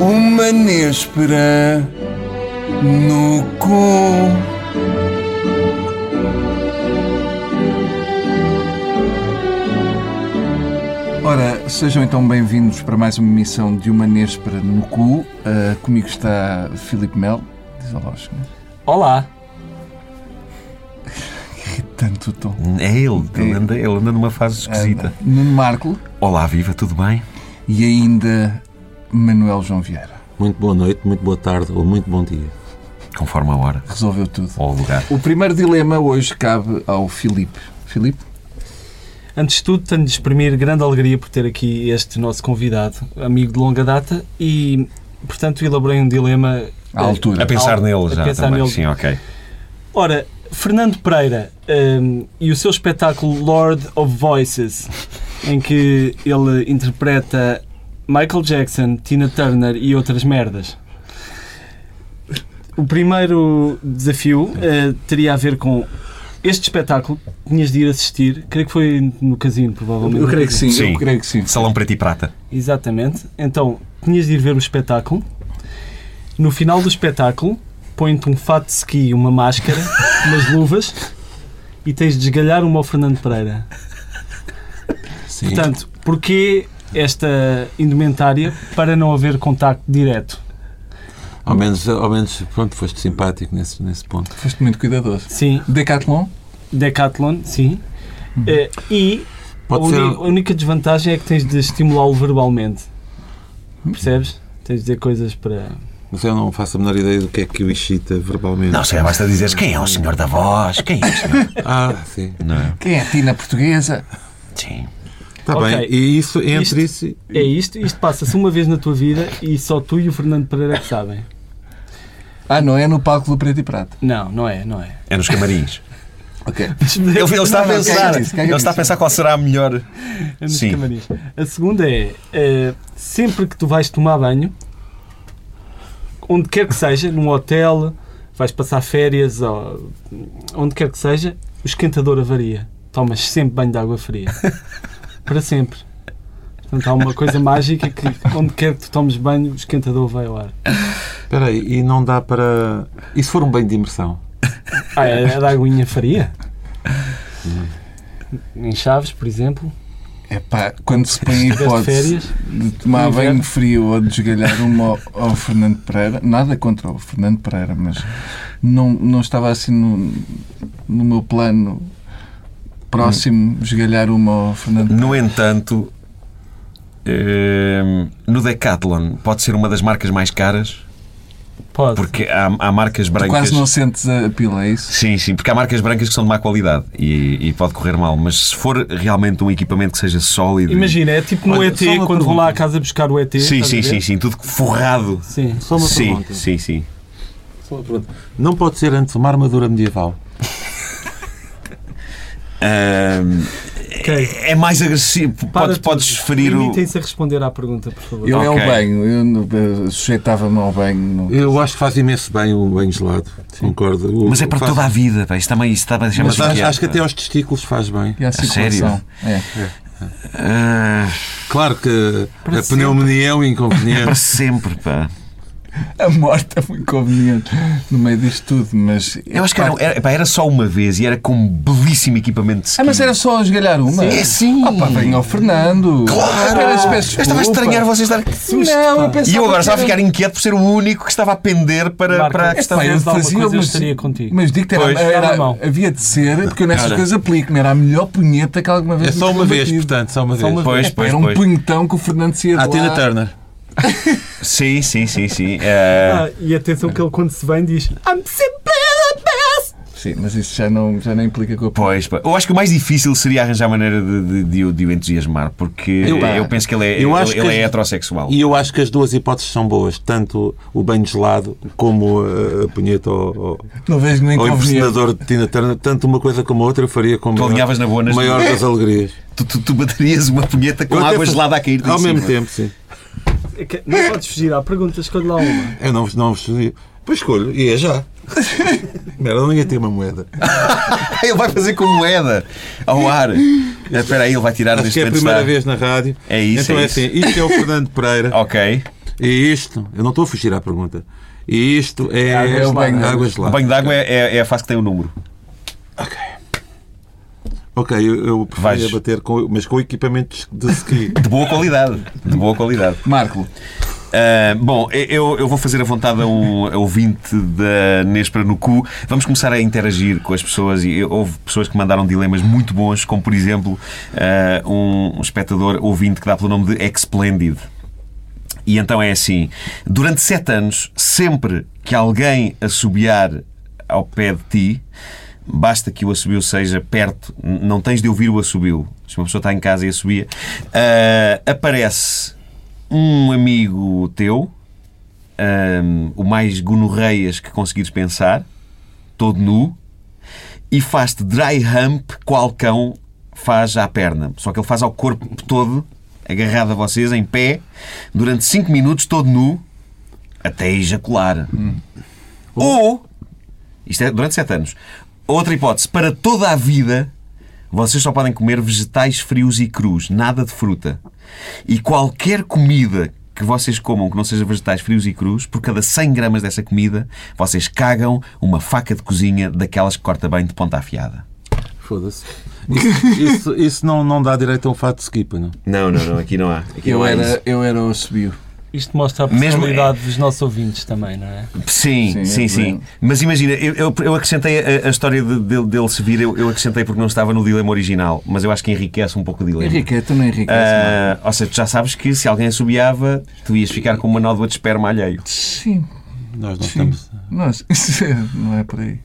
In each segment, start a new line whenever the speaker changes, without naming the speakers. uma néspera no cu. Ora, sejam então bem-vindos para mais uma emissão de Uma Néspera no Cu. Ah, comigo está Filipe Mel. Diz olá, aos senhores.
Olá!
Irritante o tom.
É ele, ele anda, ele anda numa fase esquisita.
Ah, Nuno Marco
Olá, viva, tudo bem?
e ainda Manuel João Vieira.
Muito boa noite, muito boa tarde ou muito bom dia.
Conforme a hora
Resolveu tudo.
ou o lugar.
O primeiro dilema hoje cabe ao Filipe. Filipe?
Antes de tudo, tenho de exprimir grande alegria por ter aqui este nosso convidado, amigo de longa data, e, portanto, elaborei um dilema.
À altura.
É, A pensar
Al-
nele
a
já
pensar
também.
nele.
Sim, ok.
Ora, Fernando Pereira hum, e o seu espetáculo Lord of Voices, em que ele interpreta Michael Jackson, Tina Turner e outras merdas. O primeiro desafio eh, teria a ver com este espetáculo que tinhas de ir assistir. Creio que foi no casino, provavelmente.
Eu creio que sim,
Sim.
eu creio que sim.
Salão preto e prata.
Exatamente. Então, tinhas de ir ver o espetáculo. No final do espetáculo, põe-te um fato de ski, uma máscara, umas luvas e tens de esgalhar uma ao Fernando Pereira.
Sim.
Portanto, porquê esta indumentária para não haver contacto direto?
ao, menos, ao menos, pronto, foste simpático nesse, nesse ponto.
Foste muito cuidadoso.
Sim,
Decathlon?
Decathlon, sim. Eh, E a,
Uhum. Pode
uni-
ser.
a única desvantagem é que tens de estimulá-lo verbalmente.
Uhum.
Percebes? Tens de dizer coisas para.
Mas eu não faço a menor ideia do que é que o excita verbalmente.
Não, já basta dizeres quem é o senhor da voz, quem é o senhor?
Ah, sim.
Não é?
Quem é a Tina Portuguesa?
Sim.
Está
Ok.
Tá bem. E isso, entre isso.
É isto, isto passa-se uma vez na tua vida e só tu e o Fernando Pereira é que sabem.
Ah, não é no palco do Preto e Prata.
Não, não é, não é.
É nos camarins.
Ok.
Ele, ele está a
Não, não,
pensar.
quem é que disse? Quem é que
Ele está a
disse?
pensar qual será a melhor.
É nos
Sim.
camarins. A segunda é, eh, sempre que tu vais tomar banho, onde quer que seja, num hotel, vais passar férias, ou, onde quer que seja, o esquentador avaria. Tomas sempre banho de água fria. Para sempre. Portanto, há uma coisa mágica que onde quer que tu tomes banho, o esquentador vai ao ar.
Espera aí, e não dá para. E se for um banho de imersão?
Ah, era da aguinha faria? Em Chaves, por exemplo,
É pá, quando se põe a
das
hipótese
férias.
de tomar
No
banho
inverno.
frio ou de desgalhar uma ao- ao Fernando Pereira, nada contra o Fernando Pereira, mas não, não estava assim no, no meu plano próximo desgalhar uma ao Fernando Pereira.
No entanto, hum, no Decathlon pode ser uma das marcas mais caras,
Pode.
porque há, há marcas
Tu
brancas.
quase não sentes a pila, é isso?
Sim, sim, porque há marcas brancas que são de má qualidade e, e pode correr mal, mas se for realmente um equipamento que seja sólido. e-
Imagina, é tipo no
Olha,
ET,
só uma
quando vão lá à
pergunta.
casa buscar o ET.
Sim,
estás a
sim,
ver?
sim, sim, tudo forrado.
Sim.
Só uma
Sim,
pergunta.
sim, sim.
Só uma pergunta. Não pode ser antes uma armadura medieval.
Ahm,
Ok.
é mais agressivo, podes, podes ferir o.
Limitem-se a responder à pergunta, por favor.
Eu é o
Ok.
banho, eu no- sujeitava-me ao banho. no-
Eu acho que faz imenso bem o banho gelado. Concordo. O-
Mas é para
faz-
toda a é. vida, pá, isso também isso está a
Mas acho, acho que até aos testículos faz bem.
E à circulação.
sério?
É.
um-
Ah,
Claro que
Para
a pneumonia é um
para
inconveniente.
sempre, pá.
A morte é muito conveniente no meio disto tudo, mas.
Eu acho que era, um era, pá, era só uma vez e era com um belíssimo equipamento de ski.
Ah, mas era só esgalhar uma?
É sim!
Ah, pá, venha ao Fernando!
Claro!
Espera,
eu
espécie,
estava a
desculpa.
estranhar vocês dar.
Não, eu pensava
E eu agora
que
estava a
era- um-
ficar inquieto por ser o único que estava a pender para,
Marco,
para a
é
Epá,
questão.
pá,
eu
Fizeste alguma
fazia,
coisa, eu
mas-
estaria contigo.
Mas digo-te, era-
Pois.
era-
Estava mal.
havia de ser, porque eu nessas
Cara.
coisas aplico-me, era a melhor punheta que alguma vez
É
me
só
tinham
uma vez,
batido.
portanto, só uma
Só
vez.
uma
Pois, pois,
Era um
pois.
punhetão que o Fernando se ia de
À Tina
lá.
Turner.
Sim, sim, sim, sim. É,
Ah, e atenção que ele quando se vem diz I'm sempre the best!
Sim, mas isso já não, já não implica que eu
Pois, pá. eu acho que o mais difícil seria arranjar maneira de, de- de o- de o entusiasmar, porque eu,
Eu-
penso que ele é,
eu
ele,
acho que
ele é
as-
heterossexual.
E eu acho que as duas hipóteses são boas, tanto o banho gelado como eh, a, a punheta ou,
Não vejo nem
ou o
conveniente.
impersonador de Tina Turner, tanto uma coisa como a outra eu faria como
Então, Tu alinhavas na boa nas
maior
duas.
das alegrias.
Tu, tu, tu baterias uma punheta com
Eu até
água
fa-
gelada a cair de
Ao
cima.
mesmo tempo, sim.
É que Não podes fugir à pergunta, escolhe lá uma.
Eu não vos. Não vos pois escolho, e é já. Merda, não ia ter uma moeda.
Ele vai fazer com moeda ao ar. Espera aí, ele vai tirar
Acho
deste
que é a
momento
primeira
está-
vez na rádio.
É isso, Oh.
Então
é
é,
isso.
assim, isto é o Fernando Pereira.
Ok.
E isto, eu não estou a fugir à pergunta. E isto é,
água
água
gelada.
gelada.
O banho de água é, é- é a fase que tem o número.
Ok. Ok, eu, eu preferia
Vais.
bater, com, mas com equipamentos de ski.
De boa qualidade. De boa qualidade.
Marco,
Ah, bom, eu, eu vou fazer a vontade a um a ouvinte da Nespra no cu. Vamos começar a interagir com as pessoas. E eu- houve pessoas que mandaram dilemas muito bons, como por exemplo ah, um, um espectador ouvinte que dá pelo nome de Explendid. E então é assim: durante sete anos, sempre que alguém assobiar ao pé de ti, basta que o assobio seja perto, n- não tens de ouvir o assobio. Se uma pessoa está em casa e assobia, ah, aparece um amigo teu, ahm, o mais gonorreias que conseguires pensar, todo nu, e faz-te dry hump qual cão faz à perna. Só que ele faz ao corpo todo, agarrado a vocês, em pé, durante 5 minutos, todo nu, até ejacular. Ou, isto é durante 7 anos, outra hipótese, para toda a vida, vocês só podem comer vegetais frios e crus, nada de fruta. E qualquer comida que vocês comam que não seja vegetais frios e crus, por cada 100 gramas dessa comida, vocês cagam uma faca de cozinha daquelas que corta bem de ponta afiada.
Foda-se. Isso, isso, isso não, não dá direito a um fato de ski, pois não?
Não, não, não, aqui não há. Aqui
eu
não há
era,
isso.
eu era o assobio.
Isto mostra a
Mesmo-
personalidade dos nossos ouvintes também, não é?
Sim,
Sim,
sim,
é
sim.
bem.
Mas imagina, eu, eu, eu acrescentei a, a história de- dele, dele se vir, eu, eu acrescentei porque não estava no dilema original, mas eu acho que enriquece um pouco o dilema.
Henrique, tu não enriquece.
Ah, ou seja, tu já sabes que se alguém assobiava, tu ias ficar com uma nódoa de esperma alheio.
Sim,
Nós não
sim.
estamos.
Nós, isso é- não é por aí.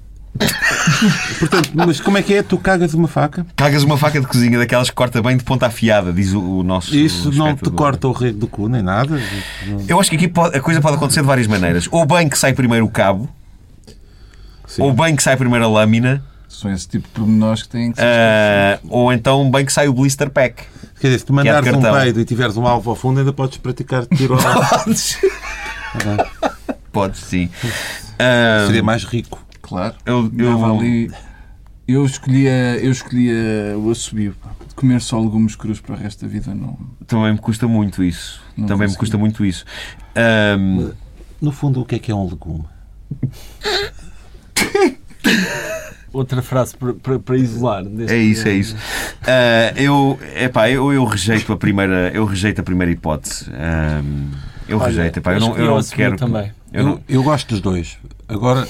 Portanto, mas como é que é? Tu cagas uma faca?
Cagas uma faca de cozinha daquelas que corta bem de ponta afiada, diz o, o nosso.
Isso não te
espectador.
corta o rego do cu, nem nada.
Eu acho que aqui pode- a coisa pode acontecer de várias maneiras. Ou bem que sai primeiro o cabo,
Sim.
ou bem que sai primeiro a lâmina,
São esse tipo de pormenores que têm que ser.
ah, ou então bem que sai o blister pack.
Quer dizer, se tu mandares um
cartão.
peido e tiveres um alvo ao fundo, ainda podes praticar tiro ao alvo.
Podes. Podes, sim. Ah,
Seria mais rico.
Claro.
eu,
Eu,
eu,
ali, eu escolhia, eu escolhia o assobio. pá. De Comer só legumes crus para o resto da vida não.
também me custa muito isso.
Não
também me
consigo.
custa muito isso. Ah,
No fundo, o que é que é um legume?
Outra frase para, para- para isolar. deste
É isso, é
programa.
isso. Ah, eu, epá, eu, eu rejeito a primeira, eu rejeito a primeira hipótese. Ah, eu
Olha,
rejeito, epá, eu não, eu
Eu
não
assumi
quero.
também.
Eu não-
Eu, eu gosto dos dois. Agora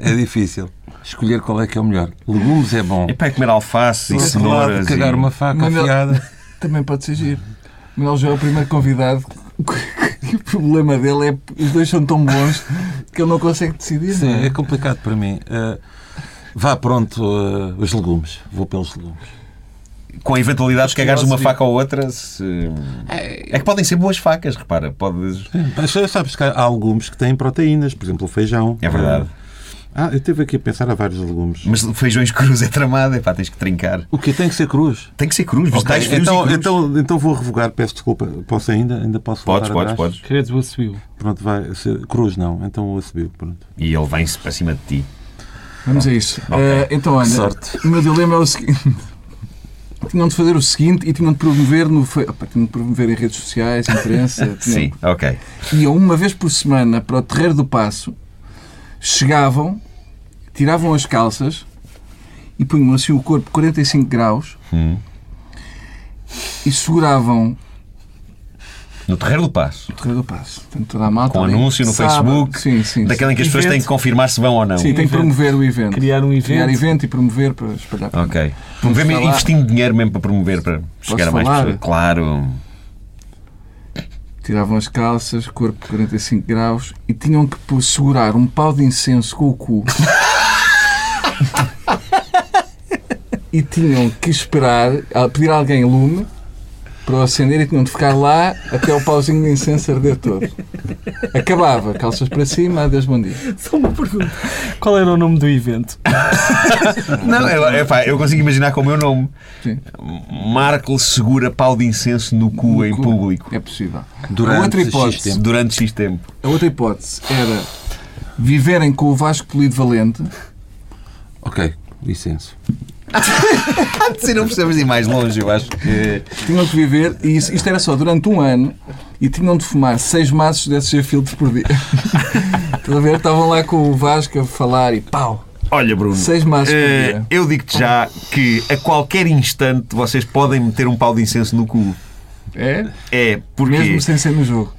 é difícil escolher qual é que é o melhor. Legumes é bom.
epá, é comer alface e
Por outro lado,
cenouras.
cagar
e-
uma faca
Mas não-
afiada.
Também pode ser giro. Manuel João é o primeiro convidado que o problema dele é que os dois são tão bons que ele não consegue decidir.
Sim,
não é?
é complicado para mim. Ah, vá pronto, ah, os legumes. Vou pelos legumes.
Com a eventualidade de cagares uma
Sim.
faca ou outra. se- É que podem ser boas facas, repara. Podes...
Mas já sabes que há há legumes que têm proteínas, por exemplo, o feijão.
É verdade.
Ah, eu estive aqui a pensar a vários legumes.
Mas feijões crus é tramado, epá, tens que trincar.
O que tem que ser cruz?
Tem que ser cruz, vegetais
Ok,
frios e
então,
crus.
então, então vou revogar, peço desculpa. Posso ainda? Ainda posso
Podes,
voltar
podes,
atrás?
podes.
Queridos, o assobio.
Pronto, vai. ser- Cruz não, então o assobio. Pronto.
E ele vem-se para cima de ti.
Vamos a isso. Eh, então, olha,
sorte.
o meu dilema é o seguinte. Tinham de fazer o seguinte e tinham de promover no fe- opa, tinham de promover em redes sociais, em imprensa, tinham-
Sim, ok.
iam uma vez por semana para o Terreiro do Passo, chegavam, tiravam as calças e punham assim o corpo 45 graus
Hum.
e seguravam
No Terreiro do Passo.
o Terreiro do Passo. Portanto, toda a malta
Com
ali,
anúncio no Facebook,
Sim, sim.
Daquela em que as pessoas
Evento.
têm que confirmar se vão ou não.
Sim, tem que
Evento.
promover o evento.
Criar um evento.
Criar evento e promover para espalhar.
Ok. Promover,
Posso falar?
investindo dinheiro mesmo para promover, para chegar a mais
falar?
pessoas. Claro.
Tiravam as calças, corpo de 45 graus e tinham que pô- segurar um pau de incenso com o cu. e tinham que esperar, a- pedir a alguém lume para o acender e tinham de ficar lá até o pauzinho de incenso arder todo. Acabava, calças para cima, adeus, bom dia.
Só uma pergunta. Qual era o nome do evento?
Não, é, é, pá, eu consigo imaginar com o meu nome.
Sim.
Marco segura pau de incenso no cu em
cu.
público.
É possível.
Durante
outra
X
hipótese.
tempo.
Durante X tempo.
A outra hipótese era viverem com o Vasco Polido Valente
Ok, licença.
Ah, não precisamos ir mais longe, eu acho que.
Tinham que viver, e isso- isto era só durante um ano, e tinham de fumar seis maços de SG filtro por dia. Estás a ver? Estavam lá com o Vasco a falar e pau!
Olha, Bruno,
Seis maços por
eh,
dia.
eu digo-te já que a qualquer instante vocês podem meter um pau de incenso no cu.
É?
É, porque
Mesmo
mesmo,
sem ser no jogo.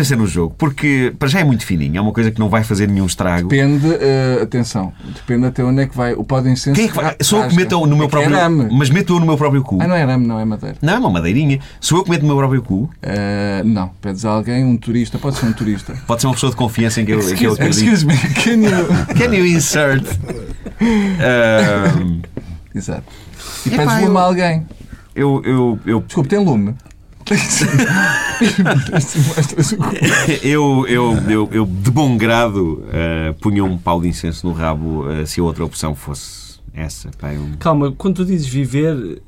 a ser no jogo, porque para já é muito fininho, é uma coisa que não vai fazer nenhum estrago.
Depende, eh, atenção, depende até onde é que vai. O pó de incenso.
Quem é que vai?
ra-
Sou eu que
rasga.
meto no meu
É que
próprio.
É arame.
Mas meto eu no meu próprio cu.
Ah, não é arame, não é madeira.
Não, é uma madeirinha. Sou eu que meto no meu próprio cu.
Eh, não, pedes a alguém, um turista, pode ser um turista.
Pode ser uma pessoa de confiança em que eu, em É que eu acredito.
Excuse me, can you-
Can you insert? Ah, Ahm,
Exato. E
Epá,
pedes lume
eu-
a alguém.
eu, eu, eu,
Desculpe, tem lume. Mostras o cu.
eu, eu, eu, eu, de bom grado, ah, punha um pau de incenso no rabo ah, se a outra opção fosse essa. Pá, eu-
Calma, quando tu dizes viver.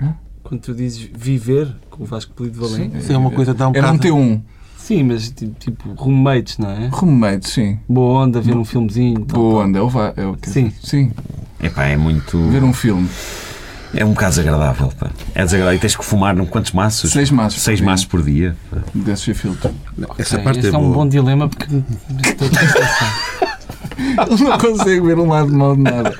Hã?
Quando tu dizes viver com o Vasco Polido Valente.
Isso é uma coisa tão um
Era um
bocado-
T1.
Sim, mas tipo, tipo roommates, não é?
Roommate, sim.
Boa onda, ver um filmezinho.
Ah,
tal,
Boa onda, eu vá. Eu,
Sim.
é Sim,
Epá, é muito.
ver um filme.
É um bocado desagradável. Pá. É desagradável. E tens que fumar não- quantos maços?
Seis maços.
Seis
por dia.
maços por dia.
Desse filtro.
tal.
Essa
Ok,
parte
este
é
é um
boa.
bom dilema porque. estou com esta-
Ele não consegue ver um lado mau de nada.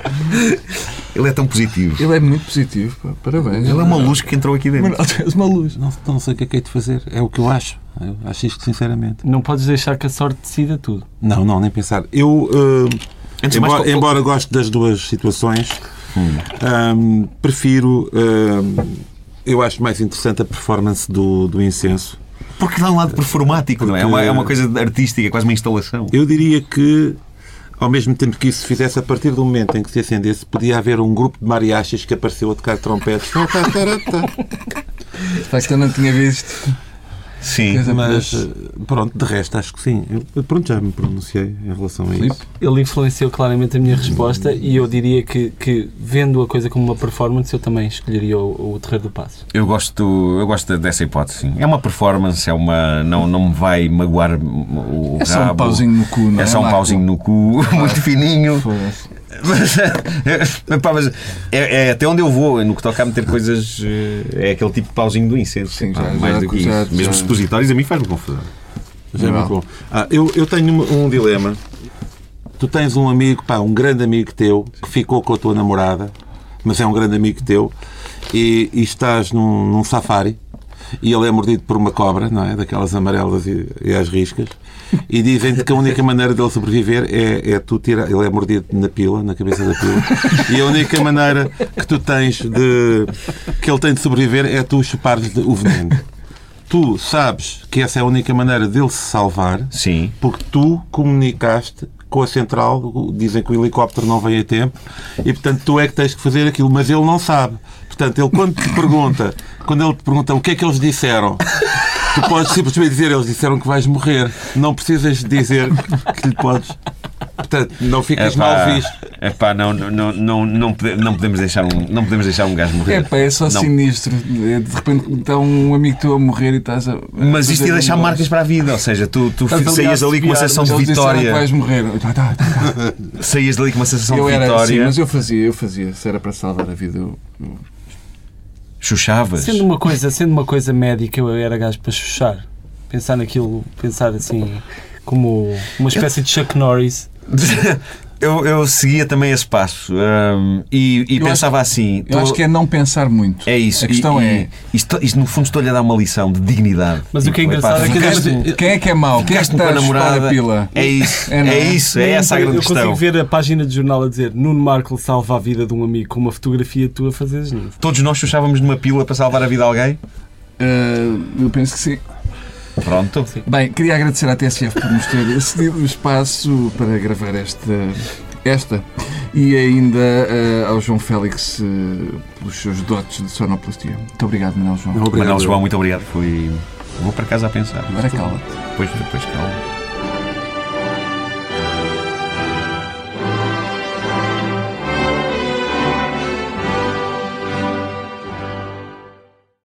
Ele é tão positivo.
Ele é muito positivo, pá. parabéns.
Ele é uma luz que entrou aqui dentro.
Mas tens uma luz.
Não, não sei o que é que é de fazer. É o que eu acho. Eu acho isto sinceramente.
Não podes deixar que a sorte decida tudo.
Não, não, nem pensar. Eu, eh,
Antes de mais,
embora,
qual-
embora goste das duas situações, ahm, prefiro. ahm, eu acho mais interessante a performance do, do incenso.
ah,
Porque dá um lado performático, não é? É uma, é uma coisa artística, é quase uma instalação.
Eu diria que, ao mesmo tempo que isso se fizesse, a partir do momento em que se acendesse, podia haver um grupo de mariachis que apareceu a tocar trompetes.
De facto, eu não tinha visto.
Sim.
Coisa
Mas,
mais-
eh, pronto, de resto, acho que sim. Eu, pronto, já me pronunciei em relação a
Filipe?
isso.
Ele influenciou claramente a minha resposta e eu diria que, que vendo a coisa como uma performance, eu também escolheria o, o Terreiro do Passo.
Eu gosto, eu gosto dessa hipótese, sim. É uma performance, é uma. Não, não me vai magoar o
É só um
rabo.
pauzinho no cu, não é?
Ah, É só um
Lá,
pauzinho no cu, muito fininho.
Foda-se.
Mas, pá, mas é, é até onde eu vou, no que toca a meter coisas. eh, É aquele tipo de pauzinho do incenso.
Sim,
pá,
já-
mais
já-
do que
já-
isso. Mesmo
já-
supositórios, a mim faz-me confusão.
Já é
Não.
muito bom. Ah, eu, eu tenho um, um dilema. Tu tens um amigo, pá, um grande amigo teu, que ficou com a tua namorada, mas é um grande amigo teu, e, e estás num, num safari, e ele é mordido por uma cobra, não é? Daquelas amarelas e, e às riscas, e dizem-te que a única maneira dele sobreviver é, é tu tirar. Ele é mordido na pila, na cabeça da pila, e a única maneira que tu tens de. que ele tem de sobreviver é tu chupares-lhe o veneno. Tu sabes que essa é a única maneira dele se salvar,
Sim.
porque tu comunicaste com a central, dizem que o helicóptero não vem a tempo, e portanto tu é que tens que fazer aquilo, mas ele não sabe. Portanto, ele quando te pergunta, quando ele te pergunta o que é que eles disseram, tu podes simplesmente dizer, eles disseram que vais morrer. Não precisas dizer que lhe podes. Portanto, não
É
ficas mal visto.
Epá, é não, não, não, não, pode- não podemos deixar um, não podemos deixar um gajo morrer.
É pá, é só
Não.
sinistro. É, De repente está um amigo teu a morrer e estás a. um
Mas isto ia deixar marcas
marcas
para a vida, ou seja, tu, tu
Estás ali
saías
a
ali com uma
assobiar,
sensação de
Eles disseram que
vitória.
vais morrer. Eu, tá, tá, tá.
Saías dali com uma sensação
Eu
de
era assim,
vitória.
mas eu fazia, eu fazia. Se era para salvar a vida, eu. eu-
Chuchavas.
Sendo uma coisa, sendo uma coisa médica, eu era gajo para chuchar. Pensar naquilo, pensar assim, como uma espécie de Chuck Norris.
eu, eu seguia também esse passo hum, e, e
Eu
pensava assim.
Eu
tô-
acho que é não pensar muito.
é isso.
A questão
e-
é.
e- Isto, isto, no fundo, estou-lhe a dar uma lição de dignidade.
Mas o que é
Tipo, epá,
engraçado é que-
ficaste-
Mas-
Quem é que é mau? Quem é que
ficaste com
está
a
a chupar
namorada.
a pila?
É isso,
É, não
é
é?
isso, é essa a grande
eu consigo
questão.
ver a página de jornal a dizer Nuno Marco salva a vida de um amigo com uma fotografia tua fazeres livro.
Todos nós chuchávamos numa pila para salvar a vida a alguém?
Ah, eu penso que sim.
Pronto.
Bem, queria agradecer à TSF por nos ter cedido o espaço para gravar esta. esta. E ainda ah, ao João Félix ah, pelos seus dotes de sonoplastia. Muito obrigado, Manuel João.
Manuel João, muito obrigado. Fui. Vou para casa a pensar.
Agora cala-te.
Depois, depois calma.